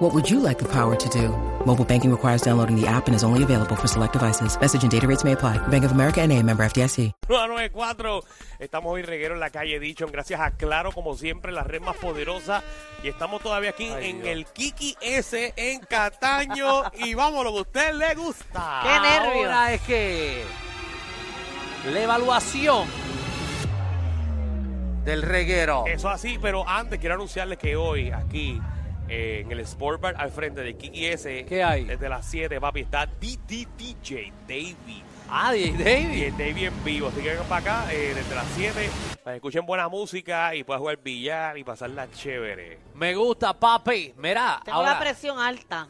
What would you like the power to do? Mobile banking requires downloading the app and is only available for select devices. Message and data rates may apply. Bank of America and a member FDIC. 994. Estamos hoy reguero en la calle Dichon. Gracias a Claro, como siempre, la red más poderosa. Y estamos todavía aquí en el Kiki S en Cataño. y vamos, lo que a usted le gusta. ¡Qué nervios! Ahora es que la evaluación del reguero. Eso así, pero antes quiero anunciarles que hoy aquí eh, en el Sport Bar al frente de Kiki S. ¿Qué hay? Desde las 7, papi, está DDDJ Davey. Ah, DJ Y David. el Davey en vivo. Así que vengan para acá eh, desde las 7 para que escuchen buena música y puedan jugar billar y pasarla chévere. Me gusta, papi. Mira, Tengo la ahora presión alta.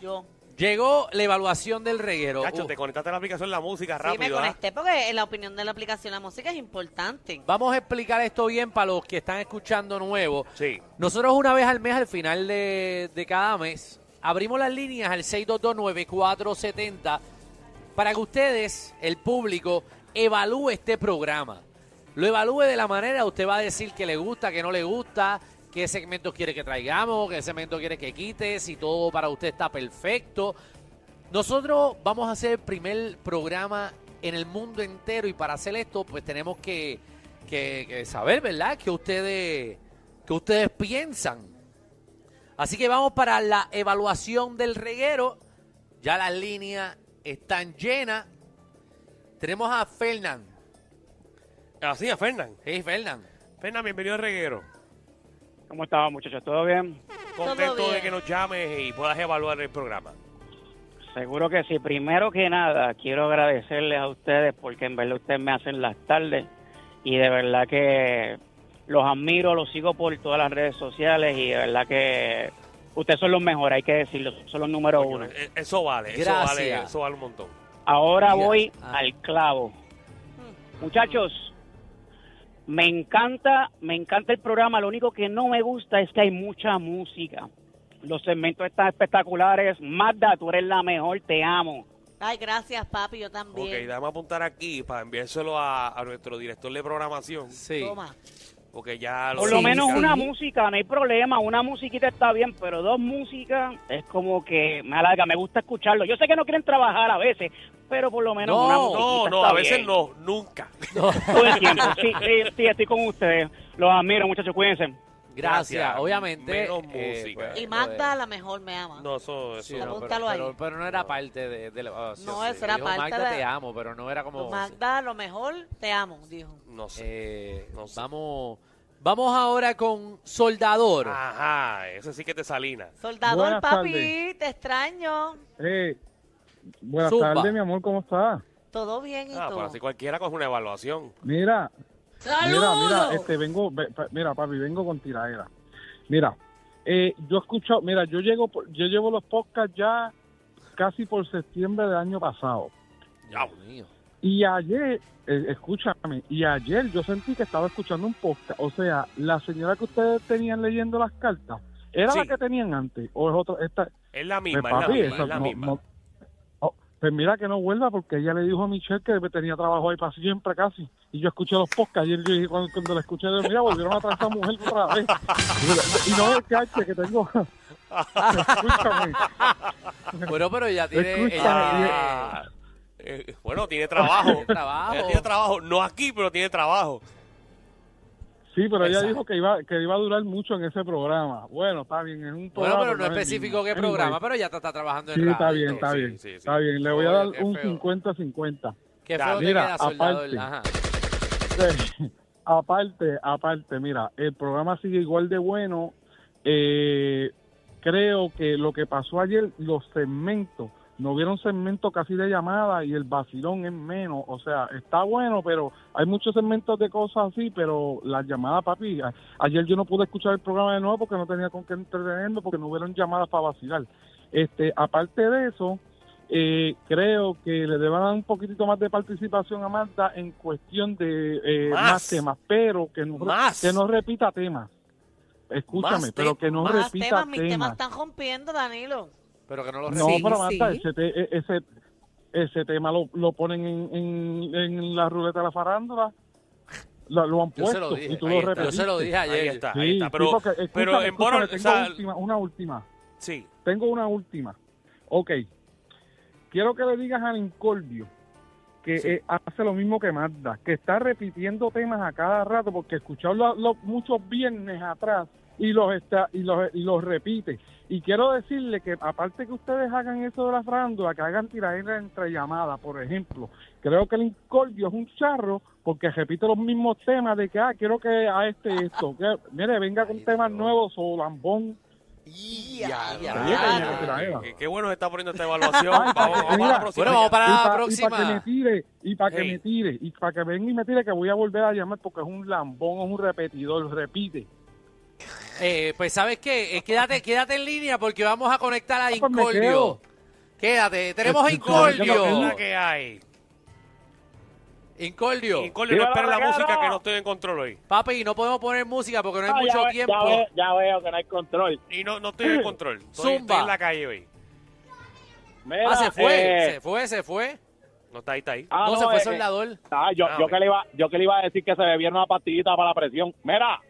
Yo. llegó la evaluación del reguero. Cacho, Uh, te conectaste a la aplicación la música sí, me rápido. ¿ah? conecté porque la opinión de la aplicación la música es importante. Vamos a explicar esto bien para los que están escuchando nuevo. Sí. Nosotros una vez al mes, al final de, de cada mes, abrimos las líneas al 6229470 para que ustedes, el público, evalúe este programa. Lo evalúe de la manera, usted va a decir que le gusta, que no le gusta, qué segmentos quiere que traigamos, qué segmento quiere que quite, si todo para usted está perfecto. Nosotros vamos a hacer el primer programa en el mundo entero y para hacer esto pues tenemos que, que- que saber, ¿verdad? Que ustedes, que ustedes piensan. Así que vamos para la evaluación del reguero. Ya las líneas están llenas. Tenemos a Fernán. Así es, Fernán. Sí, Fernán. Fernán, bienvenido al reguero. ¿Cómo estaban, muchachos? ¿Todo bien? Contento de bien. que nos llames y puedas evaluar el programa. Seguro que sí. Primero que nada, quiero agradecerles a ustedes porque en verdad ustedes me hacen las tardes y de verdad que los admiro, los sigo por todas las redes sociales y de verdad que ustedes son los mejores, hay que decirlo, son los número Coño, uno. eh, Eso vale, eso Gracias. vale, eso vale un montón. Ahora Mira, voy ah. Mm. al clavo. Muchachos, me encanta, me encanta el programa. Lo único que no me gusta es que hay mucha música. Los segmentos están espectaculares. Magda, tú eres la mejor, te amo. Ay, gracias, papi, yo Ok, también. dame a apuntar aquí para enviárselo a, a nuestro director de programación, Sí. Toma. porque ya Por lo Sí, menos sí. una música, no hay problema. Una musiquita está bien, pero dos músicas es como que me alarga. Me gusta escucharlo. Yo sé que no quieren trabajar a veces, pero por lo menos No, una musiquita No, no, está a veces bien. no, nunca. Todo el tiempo. Sí, sí, sí, estoy con ustedes. Los admiro, muchachos, cuídense. Gracias, obviamente. Menos eh, música. pues, Y Magda, la mejor, me ama. No, eso, eso. Sí, no, pero, Apúntalo ahí. pero- pero no era parte de, de la evaluación. No, sí. eso era Dijo, parte Magda, de- te amo, pero no era como... Magda, lo mejor, te amo, dijo. No sé. Eh, No sé. Vamos, vamos ahora con Soldador. Ah, Ajá, ese sí que te salina. Soldador, Buenas papi, tardes. te extraño. Eh, buenas Zumba. tardes, mi amor, ¿cómo estás? Todo bien y Ah, tú. pues así cualquiera coge una evaluación. Mira, mira, ¡Saludos! mira, este, vengo, ve- pa- mira, papi, vengo con tiradera. Mira, eh, yo escucho, mira, yo llego, por- yo llevo los podcasts ya casi por septiembre del año pasado. Ya. Dios mío. Y ayer, eh, escúchame, y ayer yo sentí que estaba escuchando un podcast. O sea, la señora que ustedes tenían leyendo las cartas, ¿era Sí. la que tenían antes? ¿O es otra? Esta, Es la Pues, misma, es la papi, misma, eso es la no- misma. Eh, no- oh, pues mira que no vuelva porque ella le dijo a Michelle que tenía trabajo ahí para siempre casi. Y yo escuché los podcasts ayer yo dije, cuando, cuando la escuché, yo, mira, volvieron a traer a esa mujer otra vez. Y no es el cache que tengo. Escúchame. Bueno, pero ya tiene... Escucha, ella tiene- Eh, bueno, tiene trabajo. eh, Tiene trabajo. Ella tiene trabajo. No aquí, pero tiene trabajo. Sí, pero ella Exacto. dijo que iba, que iba a durar mucho en ese programa. Bueno, está bien, es un Bueno, programa. pero no es el específico qué mismo. programa, Anyway, pero ya está, está trabajando en Sí, está radio. bien, está sí, bien. sí, sí. Está bien, le voy a Oye, dar qué un feo. 50-50. Qué Ya, feo te mira, queda, soldador. aparte. Ajá. Sí. aparte, aparte, mira, el programa sigue igual de bueno. Eh, creo que lo que pasó ayer, los segmentos, no hubieron segmento casi de llamada y el vacilón es menos. O sea, está bueno, pero hay muchos segmentos de cosas así, pero las llamadas, papi, a- ayer yo no pude escuchar el programa de nuevo porque no tenía con qué entretenerme, porque no hubieron llamadas para vacilar. Este, aparte de eso, Eh, creo que le deben dar un poquitito más de participación a Marta en cuestión de eh, Más. más. temas, pero que no, Más. que no repita temas. Escúchame, Más te- pero que no Más repita temas, Ah, mis temas temas. están rompiendo, Danilo. Pero que no lo No, repita. pero sí. Marta, ese, te- e- ese, ese tema lo, lo ponen en, en, en la ruleta de la farándula. Lo, lo han Yo se puesto lo dije. y tú ahí lo está. Yo repetiste. se lo dije ayer. Ahí está, Sí, ahí está. sí, Pero, porque- escúchame, pero en Bono, escúchame, o tengo sea, última, una última. sí, Tengo una última. Ok. Quiero que le digas a Lincolnio que Sí. eh, hace lo mismo que Magda, que está repitiendo temas a cada rato porque escucharlo los muchos viernes atrás y los está y los, y los repite. Y quiero decirle que aparte que ustedes hagan eso de la frándula, que hagan tiradera entre llamadas, por ejemplo. Creo que Lincolnio es un charro porque repite los mismos temas de que, ah, quiero que a este esto. Que, mire, venga con Ay, temas Dios. nuevos o lambón. Ya, ya. Oye, que- que la Ah, Eva. qué, qué bueno está poniendo esta evaluación. Vamos, vamos a la Mira, próxima. Bueno, vamos para la y para que me próxima. tire, y para que Hey. me tire, y para que venga y me tire, que voy a volver a llamar porque es un lambón, es un repetidor, repite. Eh, pues sabes qué, Eh, quédate, quédate en línea porque vamos a conectar a Ah, pues me Incordio. quedo. Quédate, tenemos a Pues, pues, yo Incordio. Incordio. Es Incordio. la que hay. Incordio. Incordio, no Dímelo, espera la vaquero. música que no estoy en control hoy. Papi, no podemos poner música porque no hay Ah, ya mucho ve- tiempo. Ya veo, ya veo que no hay control. Y no, no estoy en control. Estoy, Zumba. estoy en la calle hoy. Mira, Ah, se fue, eh, se fue, se fue. No está ahí, está ahí. ah, no, se fue eh, soldador. ah, yo, Ah, yo, ok. que le iba, yo que le iba a decir que se bebiera una pastillita para la presión. Mira,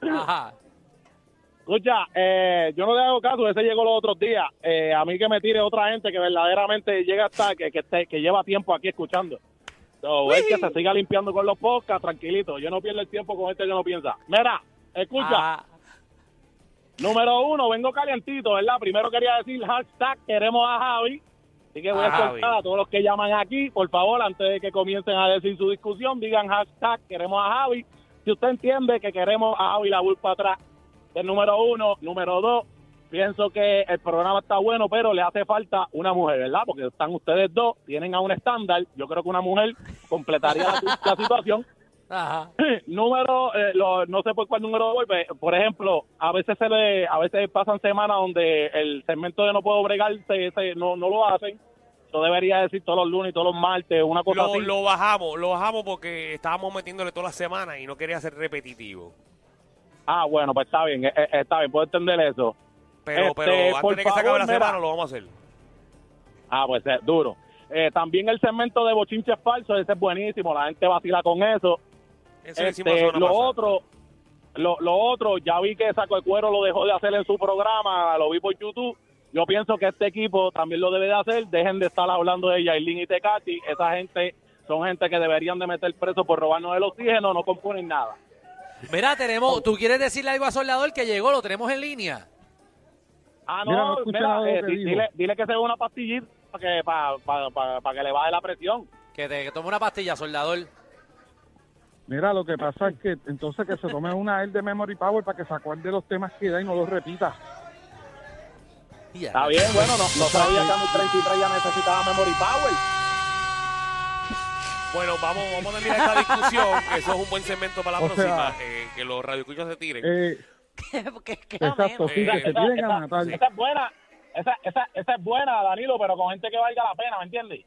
Ajá. escucha, eh, yo no le hago caso, ese llegó los otros días. Eh, a mí que me tire otra gente que verdaderamente llega hasta que, que, esté- que lleva tiempo aquí escuchando. So, es que se siga limpiando con los podcasts, tranquilito. Yo no pierdo el tiempo con este que no piensa. Mira, escucha. Ah, Número uno, vengo calientito, ¿verdad? Primero quería decir hashtag queremos a Javi. Así que voy A a Javi. soltar a todos los que llaman aquí, por favor, antes de que comiencen a decir su discusión, digan hashtag queremos a Javi. Si usted entiende que queremos a Javi la para atrás, es número uno. Número dos, pienso que el programa está bueno, pero le hace falta una mujer, ¿verdad? Porque están ustedes dos, tienen a un estándar. Yo creo que una mujer completaría la- la situación ajá. número eh, lo- no sé por cuál número voy pe- por ejemplo a veces se le a veces pasan semanas donde el segmento de no puedo bregar se- se- no, no lo hacen yo debería decir todos los lunes y todos los martes una cosa Lo, así lo bajamos, lo bajamos porque estábamos metiéndole toda la semana y no quería ser repetitivo. ah bueno pues está bien eh, eh, está bien puedo entender eso Pero, Este, pero antes por de que se acabe favor, la mira. semana lo vamos a hacer. ah pues eh, duro Eh, también el segmento de bochinches falsos ese es buenísimo la gente vacila con eso Eso lo hicimos la Este, semana lo pasada. otro lo, lo otro ya vi que saco de cuero lo dejó de hacer en su programa lo vi por YouTube yo pienso que este equipo también lo debe de hacer dejen de estar hablando de Yailin y Tecati esa gente son gente que deberían de meter preso por robarnos el oxígeno no componen nada Mira, tenemos, ¿tú quieres decirle algo a Soldador que llegó? Lo tenemos en línea. ah Mira, no no escuché mira, nada de eh, lo que di- dijo. dile, dile que se dé una pastillita para que, pa- pa- pa- pa que le baje la presión Que te que tome una pastilla, Soldador. Mira, lo que pasa es que entonces que se tome una él de Memory Power para que se acuerde los temas que da y no los repita. Ya. está bien bueno no, no sabía que a mis 33 ya necesitaba memory power Bueno, vamos, vamos a terminar esta discusión, que eso es un buen segmento para la O próxima, sea, eh, que los radioescuchas se tiren. Eh, Porque es que no exacto, menos. sí, que se Esa- tiren esa- a matar. esa es buena, esa, esa, esa es buena, Danilo, pero con gente que valga la pena, ¿me entiendes?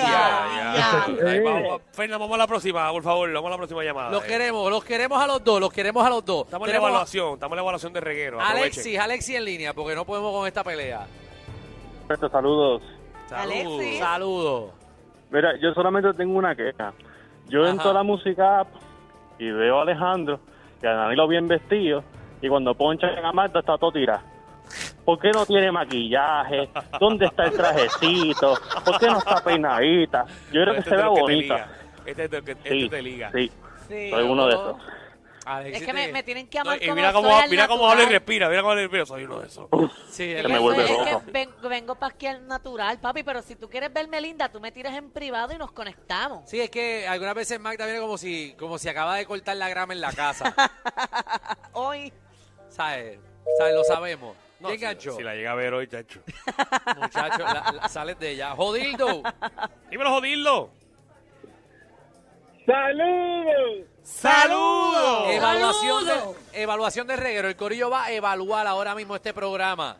Ya, ya. ya. Ay, vamos, Eh. Fernan, vamos a la próxima, por favor, vamos a la próxima llamada. Los Eh, queremos, los queremos a los dos, los queremos a los dos. Estamos en la Tenemos a- evaluación, estamos en la evaluación de reguero. Alexis, Alexis en línea, porque no podemos con esta pelea. saludos. Alexis. Saludos. Saludos. Mira, yo solamente tengo una queja. Yo Ajá. entro a la música app y veo a Alejandro y a Danilo bien vestido y cuando ponchan a Marta está todo tirado. ¿Por qué no tiene maquillaje? ¿Dónde está el trajecito? ¿Por qué no está peinadita? Yo creo que se Este es de vea los que te bonita. liga. Este es de los que este Sí, te liga. sí, Sí. soy uno de esos. Alexis Es que me, te- me tienen que No, amar y como mira cómo, soy al mira cómo habla y natural. respira, mira cómo habla y respira, soy uno de esos. Sí, él- Es Se que me vuelve soy- es loco. que ven- vengo para aquí al natural, papi, pero si tú quieres verme linda, tú me tiras en privado y nos conectamos. Sí, es que algunas veces Magda viene como si, como si acaba de cortar la grama en la casa. Hoy, ¿Sabes? ¿Sabes? Lo sabemos. No, ¿Quién si- ganchó? Si la llega a ver hoy, chacho. Muchacho, la- la- sales de ella. Jodildo. Dímelo, jodirlo. ¡Saludos! ¡Saludos! evaluación, de, evaluación de reguero. El corillo va a evaluar ahora mismo este programa.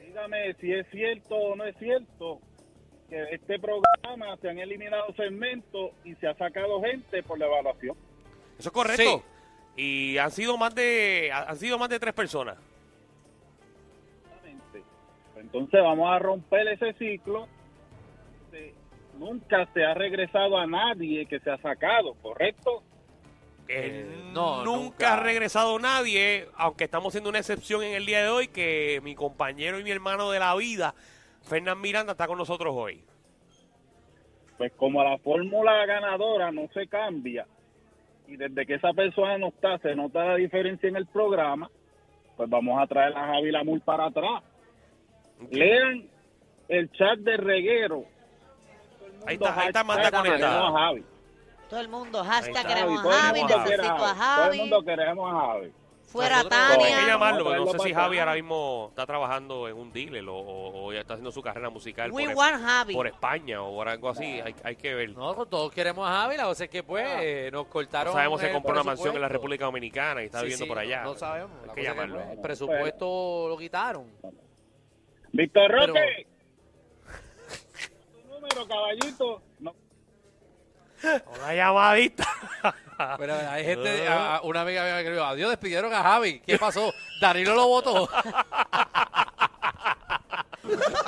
Diga dígame si es cierto o no es cierto que de este programa se han eliminado segmentos y se ha sacado gente por la evaluación. Eso es correcto. Y han sido más de ha- han sido más de tres personas. Exactamente. Entonces vamos a romper ese ciclo. Se- Nunca se ha regresado a nadie que se ha sacado, ¿correcto? Eh, no, nunca, nunca. ha regresado nadie, aunque estamos siendo una excepción en el día de hoy, que mi compañero y mi hermano de la vida, Fernán Miranda, está con nosotros hoy. Pues como la fórmula ganadora no se cambia y desde que esa persona no está, se nota la diferencia en el programa, pues vamos a traer a Javi Lamur para atrás. Lean el chat de reguero. Ahí está, ahí está Amanda Hashtag conectada. queremos a Javi. Todo el mundo, hashtag está. Javi, queremos todo el a Javi, mundo quiere necesito a Todo el Javi, mundo queremos a Javi. fuera Nosotros- Hay que Tania. llamarlo, pero no sé Traerlo si para Javi acá. ahora mismo está trabajando en un dealer o, o- o ya está haciendo su carrera musical We por, e- want Javi. por España o por algo así. Hay, hay que ver. Nosotros todos queremos a Javi, la cosa es que pues eh, nos cortaron. Ah. No sabemos si el compró una mansión en la presupuesto. República Dominicana y está Sí, viviendo sí, por allá. No, no sabemos. Hay la que cosa es llamarlo. pues, el presupuesto lo quitaron. Víctor Pero- Roque. Tu número, caballito. No, Una llamadita. Ah. Pero hay gente, a- a- una amiga mía me escribió, adiós, despidieron a Javi. ¿Qué pasó? Danilo lo votó.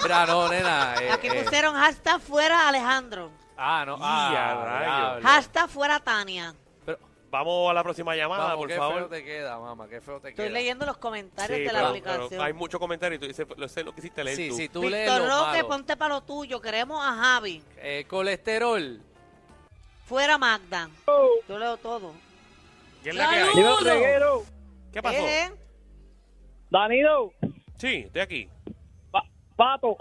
Mira, no, nena. eh, Aquí eh, pusieron hashtag fuera Alejandro, Ah, no. Ya, Ah, rayos. diablo. hashtag fuera Tania. Pero, Vamos a la próxima llamada, vamos, por qué feo favor. te queda, mamá, qué feo te Estoy queda. leyendo los comentarios Sí, de la pero- pero aplicación. hay muchos comentarios y tú dices, lo sé lo que hiciste leer Sí, tú. sí, tú lees Víctor lo Roque, malo. ponte para lo tuyo, queremos a Javi, Eh, colesterol. fuera Magda. Yo leo todo. ¿Qué es la que hay? ¡Salud! Dímelo, reguero. ¿Qué pasó? Eh, Danilo, Sí, estoy aquí. pa- pato.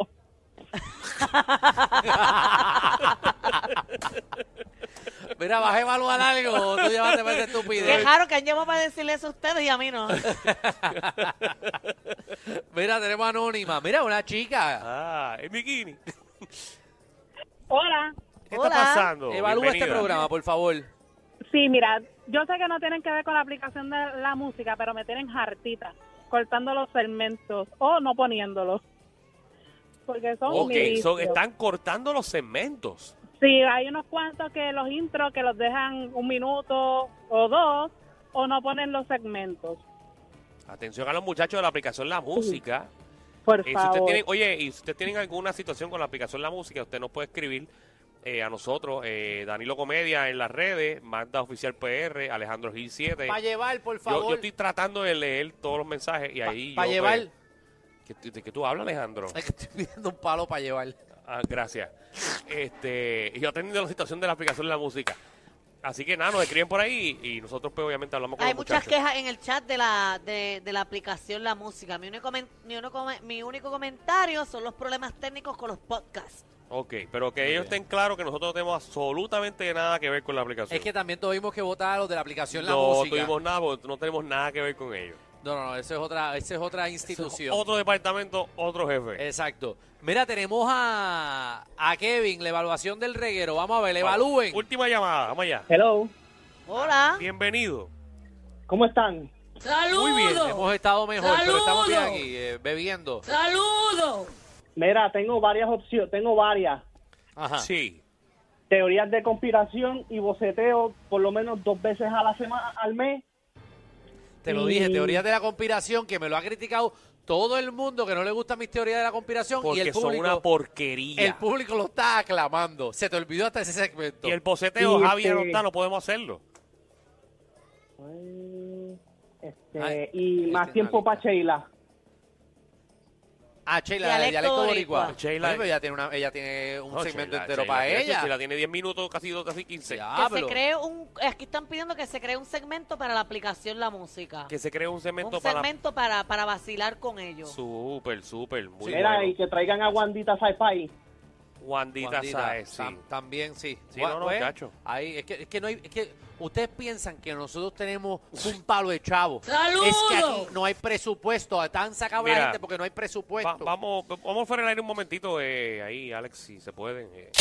Mira, vas a evaluar algo. Tú llevaste para esa Qué estupidez. raro que han llamado para decirle eso a ustedes y a mí no. Mira, tenemos anónima. Mira, una chica. Ah, en bikini. Hola. ¿Qué Hola. está pasando? Evalúa este Bienvenida. programa, por favor. Sí, mira, yo sé que no tienen que ver con la aplicación de la música, pero me tienen hartita cortando los segmentos o no poniéndolos. Porque son Ok, mi son- vicio. están cortando los segmentos. Sí, hay unos cuantos que los intros que los dejan un minuto o dos o no ponen los segmentos. Atención a los muchachos de la aplicación La Música. Por Y si usted favor. tiene- oye, y si ustedes tienen alguna situación con la aplicación La Música, usted nos puede escribir eh, a nosotros, eh, Danilo Comedia en las redes, Magda Oficial PR, Alejandro Gil 7. Para llevar, por Yo, yo favor. estoy tratando de leer todos los mensajes y ahí Para yo, llevar. pues, ¿qué tú- ¿De qué tú hablas, Alejandro? Es que estoy pidiendo un palo para llevar. Ah, gracias. Este, y yo atendiendo la situación de la aplicación de la música. Así que nada, nos escriben por ahí y nosotros pues obviamente hablamos con Hay los muchas muchachos. quejas en el chat de la, de, de la aplicación La Música. Mi único, men- mi, único, come- mi único comentario son los problemas técnicos con los podcasts. Ok, pero que ellos estén claros que nosotros no tenemos absolutamente nada que ver con la aplicación. Es que también tuvimos que votar a los de la aplicación La no Música. tuvimos nada porque no tenemos nada que ver con ellos. No, no, no, esa es otra, esa es otra institución. Otro departamento, otro jefe. Eh, Exacto. Mira, tenemos a, a Kevin, la evaluación del reguero. Vamos a ver, evalúen. Última llamada, vamos allá. Hello, Hola. Bienvenido. ¿cómo están? Muy bien, hemos estado mejor, pero estamos bien aquí, eh, bebiendo. Mira, tengo varias opciones, tengo varias Ajá. Sí. teorías de conspiración y boceteo por lo menos dos veces a la semana, al mes. Te lo dije, teoría de la conspiración, que me lo ha criticado todo el mundo que no le gustan mis teorías de la conspiración y Porque el son público, una porquería. el público lo está aclamando. Se te olvidó hasta ese segmento. y el boceteo, Y Javier, no este- está, no podemos hacerlo. Ay, Este, Ay, y más este tiempo analista. para Sheila. Ah, Sheila, el Dialecto dialecto boricua. boricua. Sheila- Oye, pero ella tiene, una, ella tiene un No, segmento Sheila, entero Sheila para tiene- ella. Sheila tiene 10 minutos, casi, dos- casi 15. que Diablo. se cree un, aquí están pidiendo que se cree un segmento para la aplicación La Música. Que se cree un segmento Un para... segmento para, para vacilar con ellos. Súper, súper, muy Mira, bueno. y que traigan a Wandita Sci-Fi. Wandita, Juandita, Saez, sí. tam- También sí. Sí, no, no, Pues, cacho. ahí, es, que, es que no hay, es que ustedes piensan que nosotros tenemos un palo de chavo. Es que aquí no hay presupuesto. Están sacando la Mira, gente porque no hay presupuesto. Va- vamos, vamos fuera del aire un momentito, eh, ahí, Alex, si se pueden. eh.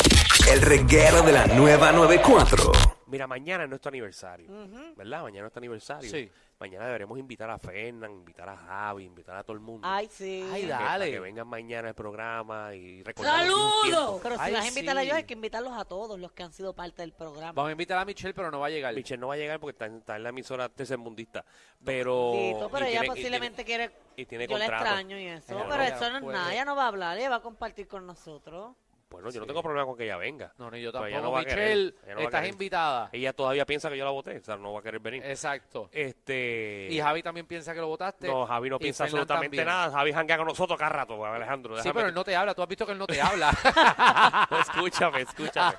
El reguero de la nueva 94. Mira, mañana es nuestro aniversario, Ujú. ¿verdad? Mañana es nuestro aniversario. Sí. Mañana deberemos invitar a Fernan, invitar a Javi, invitar a todo el mundo. Ay, sí. Ay, Que- para dale. Que vengan mañana al programa y recordarles que un ¡Saludos! tiempo- Pero si Ay, vas a invitar a sí. ellos, hay que invitarlos a todos los que han sido parte del programa. Vamos a invitar a Michelle, pero no va a llegar. Michelle no va a llegar porque está en, está en la emisora tercermundista. Pero. Tito, pero y ella tiene- y posiblemente tiene- quiere... y tiene yo la contrato. extraño y eso, Ella pero no eso no es puede. nada. Ella no va a hablar, ella va a compartir con nosotros. Bueno, yo no tengo problema con que ella venga. No, ni yo Pero tampoco. ella no va a querer, Michelle, ella no va a estás querer. invitada. Ella todavía piensa que yo la voté, o sea, no va a querer venir. Exacto. Este. Y Javi también piensa que lo votaste. no, Javi no Y piensa Fernan absolutamente también. nada. Javi janguea con nosotros cada rato, Alejandro. Sí, déjame pero que- él no te habla. Tú has visto que él no te habla. escúchame, escúchame.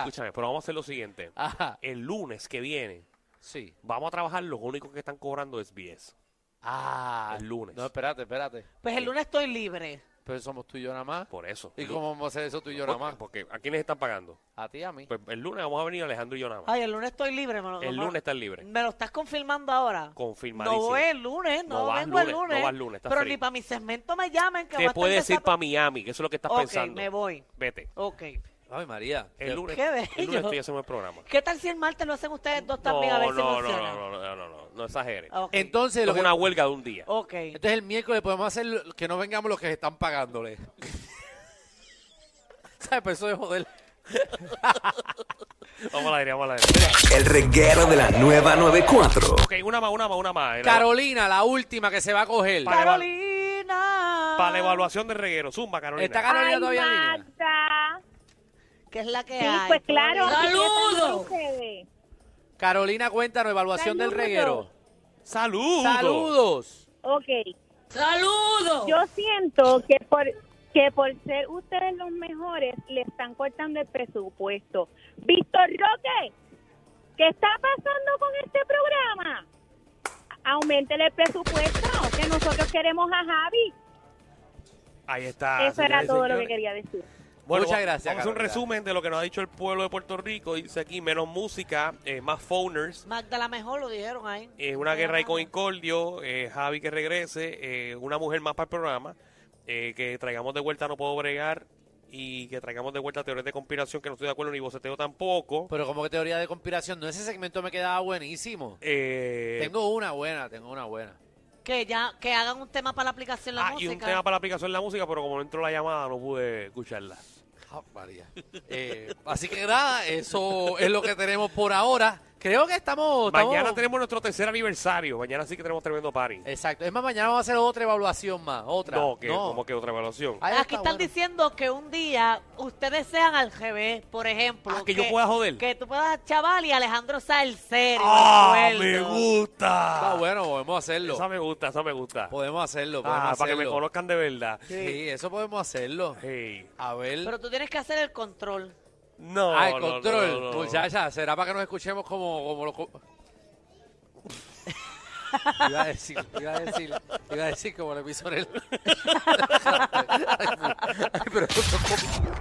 escúchame, pero vamos a hacer lo siguiente. Ajá. El lunes que viene, Sí. vamos a trabajar. Los únicos que están cobrando es 10. Ah. El lunes. No, espérate, espérate. Pues el lunes estoy libre. Pero somos tú y yo nada más. Por eso. ¿Y cómo vamos a hacer eso tú y yo nada más? Porque ¿a quiénes están pagando? A ti y a mí. Pues el lunes vamos a venir Alejandro y yo nada más. Ay, el lunes estoy libre. me lo- El me lo- lunes estás libre. ¿Me lo estás confirmando ahora? Confirmadísimo. No voy el lunes, no, No vas vengo el lunes, no lunes. vas lunes, estás pero free. ni para mi segmento me llamen. Que voy a Te estar puedes ir desap- para Miami, que eso es lo que estás Ok, pensando. me voy. Vete. Ok. Ay, María. El lunes, Qué el bello. lunes tú y hacemos el programa. ¿Qué tal si el martes lo hacen ustedes dos también a no, ver si no, no, funciona? Oh. no, no, no, no, no, no exageres. Ok. Entonces, Esto lo es que- una huelga de un día. Ok. entonces el miércoles podemos hacer lo- que no vengamos los que están pagándole. ¿Sabes? Pero eso de joder. Vamos a la derecha, vamos a la derecha. El reguero de la nueva 94. Ok, una más, una más, una más. Era- Carolina, la última que se va a coger. Para- Carolina. Para la evaluación del reguero. Zumba, Carolina. ¿Está Carolina todavía en línea? Magda. ¿Qué es la que Sí, hay? pues claro. aquí ¡Saludos! están ustedes. Carolina, cuéntanos, evaluación del Saludos. reguero. Saludos. Saludos. Ok. ¡Saludos! Yo siento que por que por ser ustedes los mejores le están cortando el presupuesto. Víctor Roque, ¿qué está pasando con este programa? Aumentele el presupuesto, que nosotros queremos a Javi. Ahí Ah, está. Eso era señoras y todo lo señores. que quería decir. Bueno, Muchas va- gracias, Vamos a hacer un Carolina. resumen de lo que nos ha dicho el pueblo de Puerto Rico. Dice aquí, menos música, eh, más phoners. Magda la mejor lo dijeron ahí. eh, una guerra ahí con con Incordio, eh, Javi que regrese, eh, una mujer más para el programa, eh, que traigamos de vuelta No Puedo Bregar y que traigamos de vuelta teorías de conspiración, que no estoy de acuerdo ni boceteo tampoco. Pero como que teoría de conspiración, no ese segmento me quedaba buenísimo. Eh, Tengo una buena, tengo una buena. Que ya, que hagan un tema para la aplicación la ah, y música. un tema para la aplicación de la música, pero como no entró la llamada no pude escucharla. Ah, María. Eh, así que nada, eso es lo que tenemos por ahora. Creo que estamos. estamos- Mañana tenemos nuestro tercer aniversario, mañana sí que tenemos tremendo party. Exacto. Es más, mañana vamos a hacer otra evaluación más. Otra. No, que, como que otra evaluación. Ahí Aquí está, Ah, están bueno. diciendo que un día ustedes sean al revés, por ejemplo. Ah, que yo pueda joder. Que tú puedas chaval y Alejandro sea el serio. ¡Ah, el me cuerdo. gusta! Está Ah, bueno, podemos hacerlo. Esa me gusta, esa me gusta. Podemos hacerlo. Pues Podemos Ah, para que me hacerlo. conozcan de verdad. Sí, eso podemos hacerlo. Hey. A ver. Pero tú tienes que hacer el control. No, Ah, el no, no, control. no, no. Muchacha, será para que nos escuchemos como, como los. co- iba a decir, iba a decir, iba a decir como el emisor. el- Pero eso es como-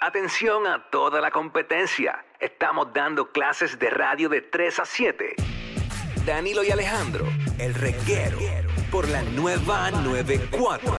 Atención a toda la competencia. Estamos dando clases de radio de 3 a 7. Danilo y Alejandro, el reguero, por la nueva 94.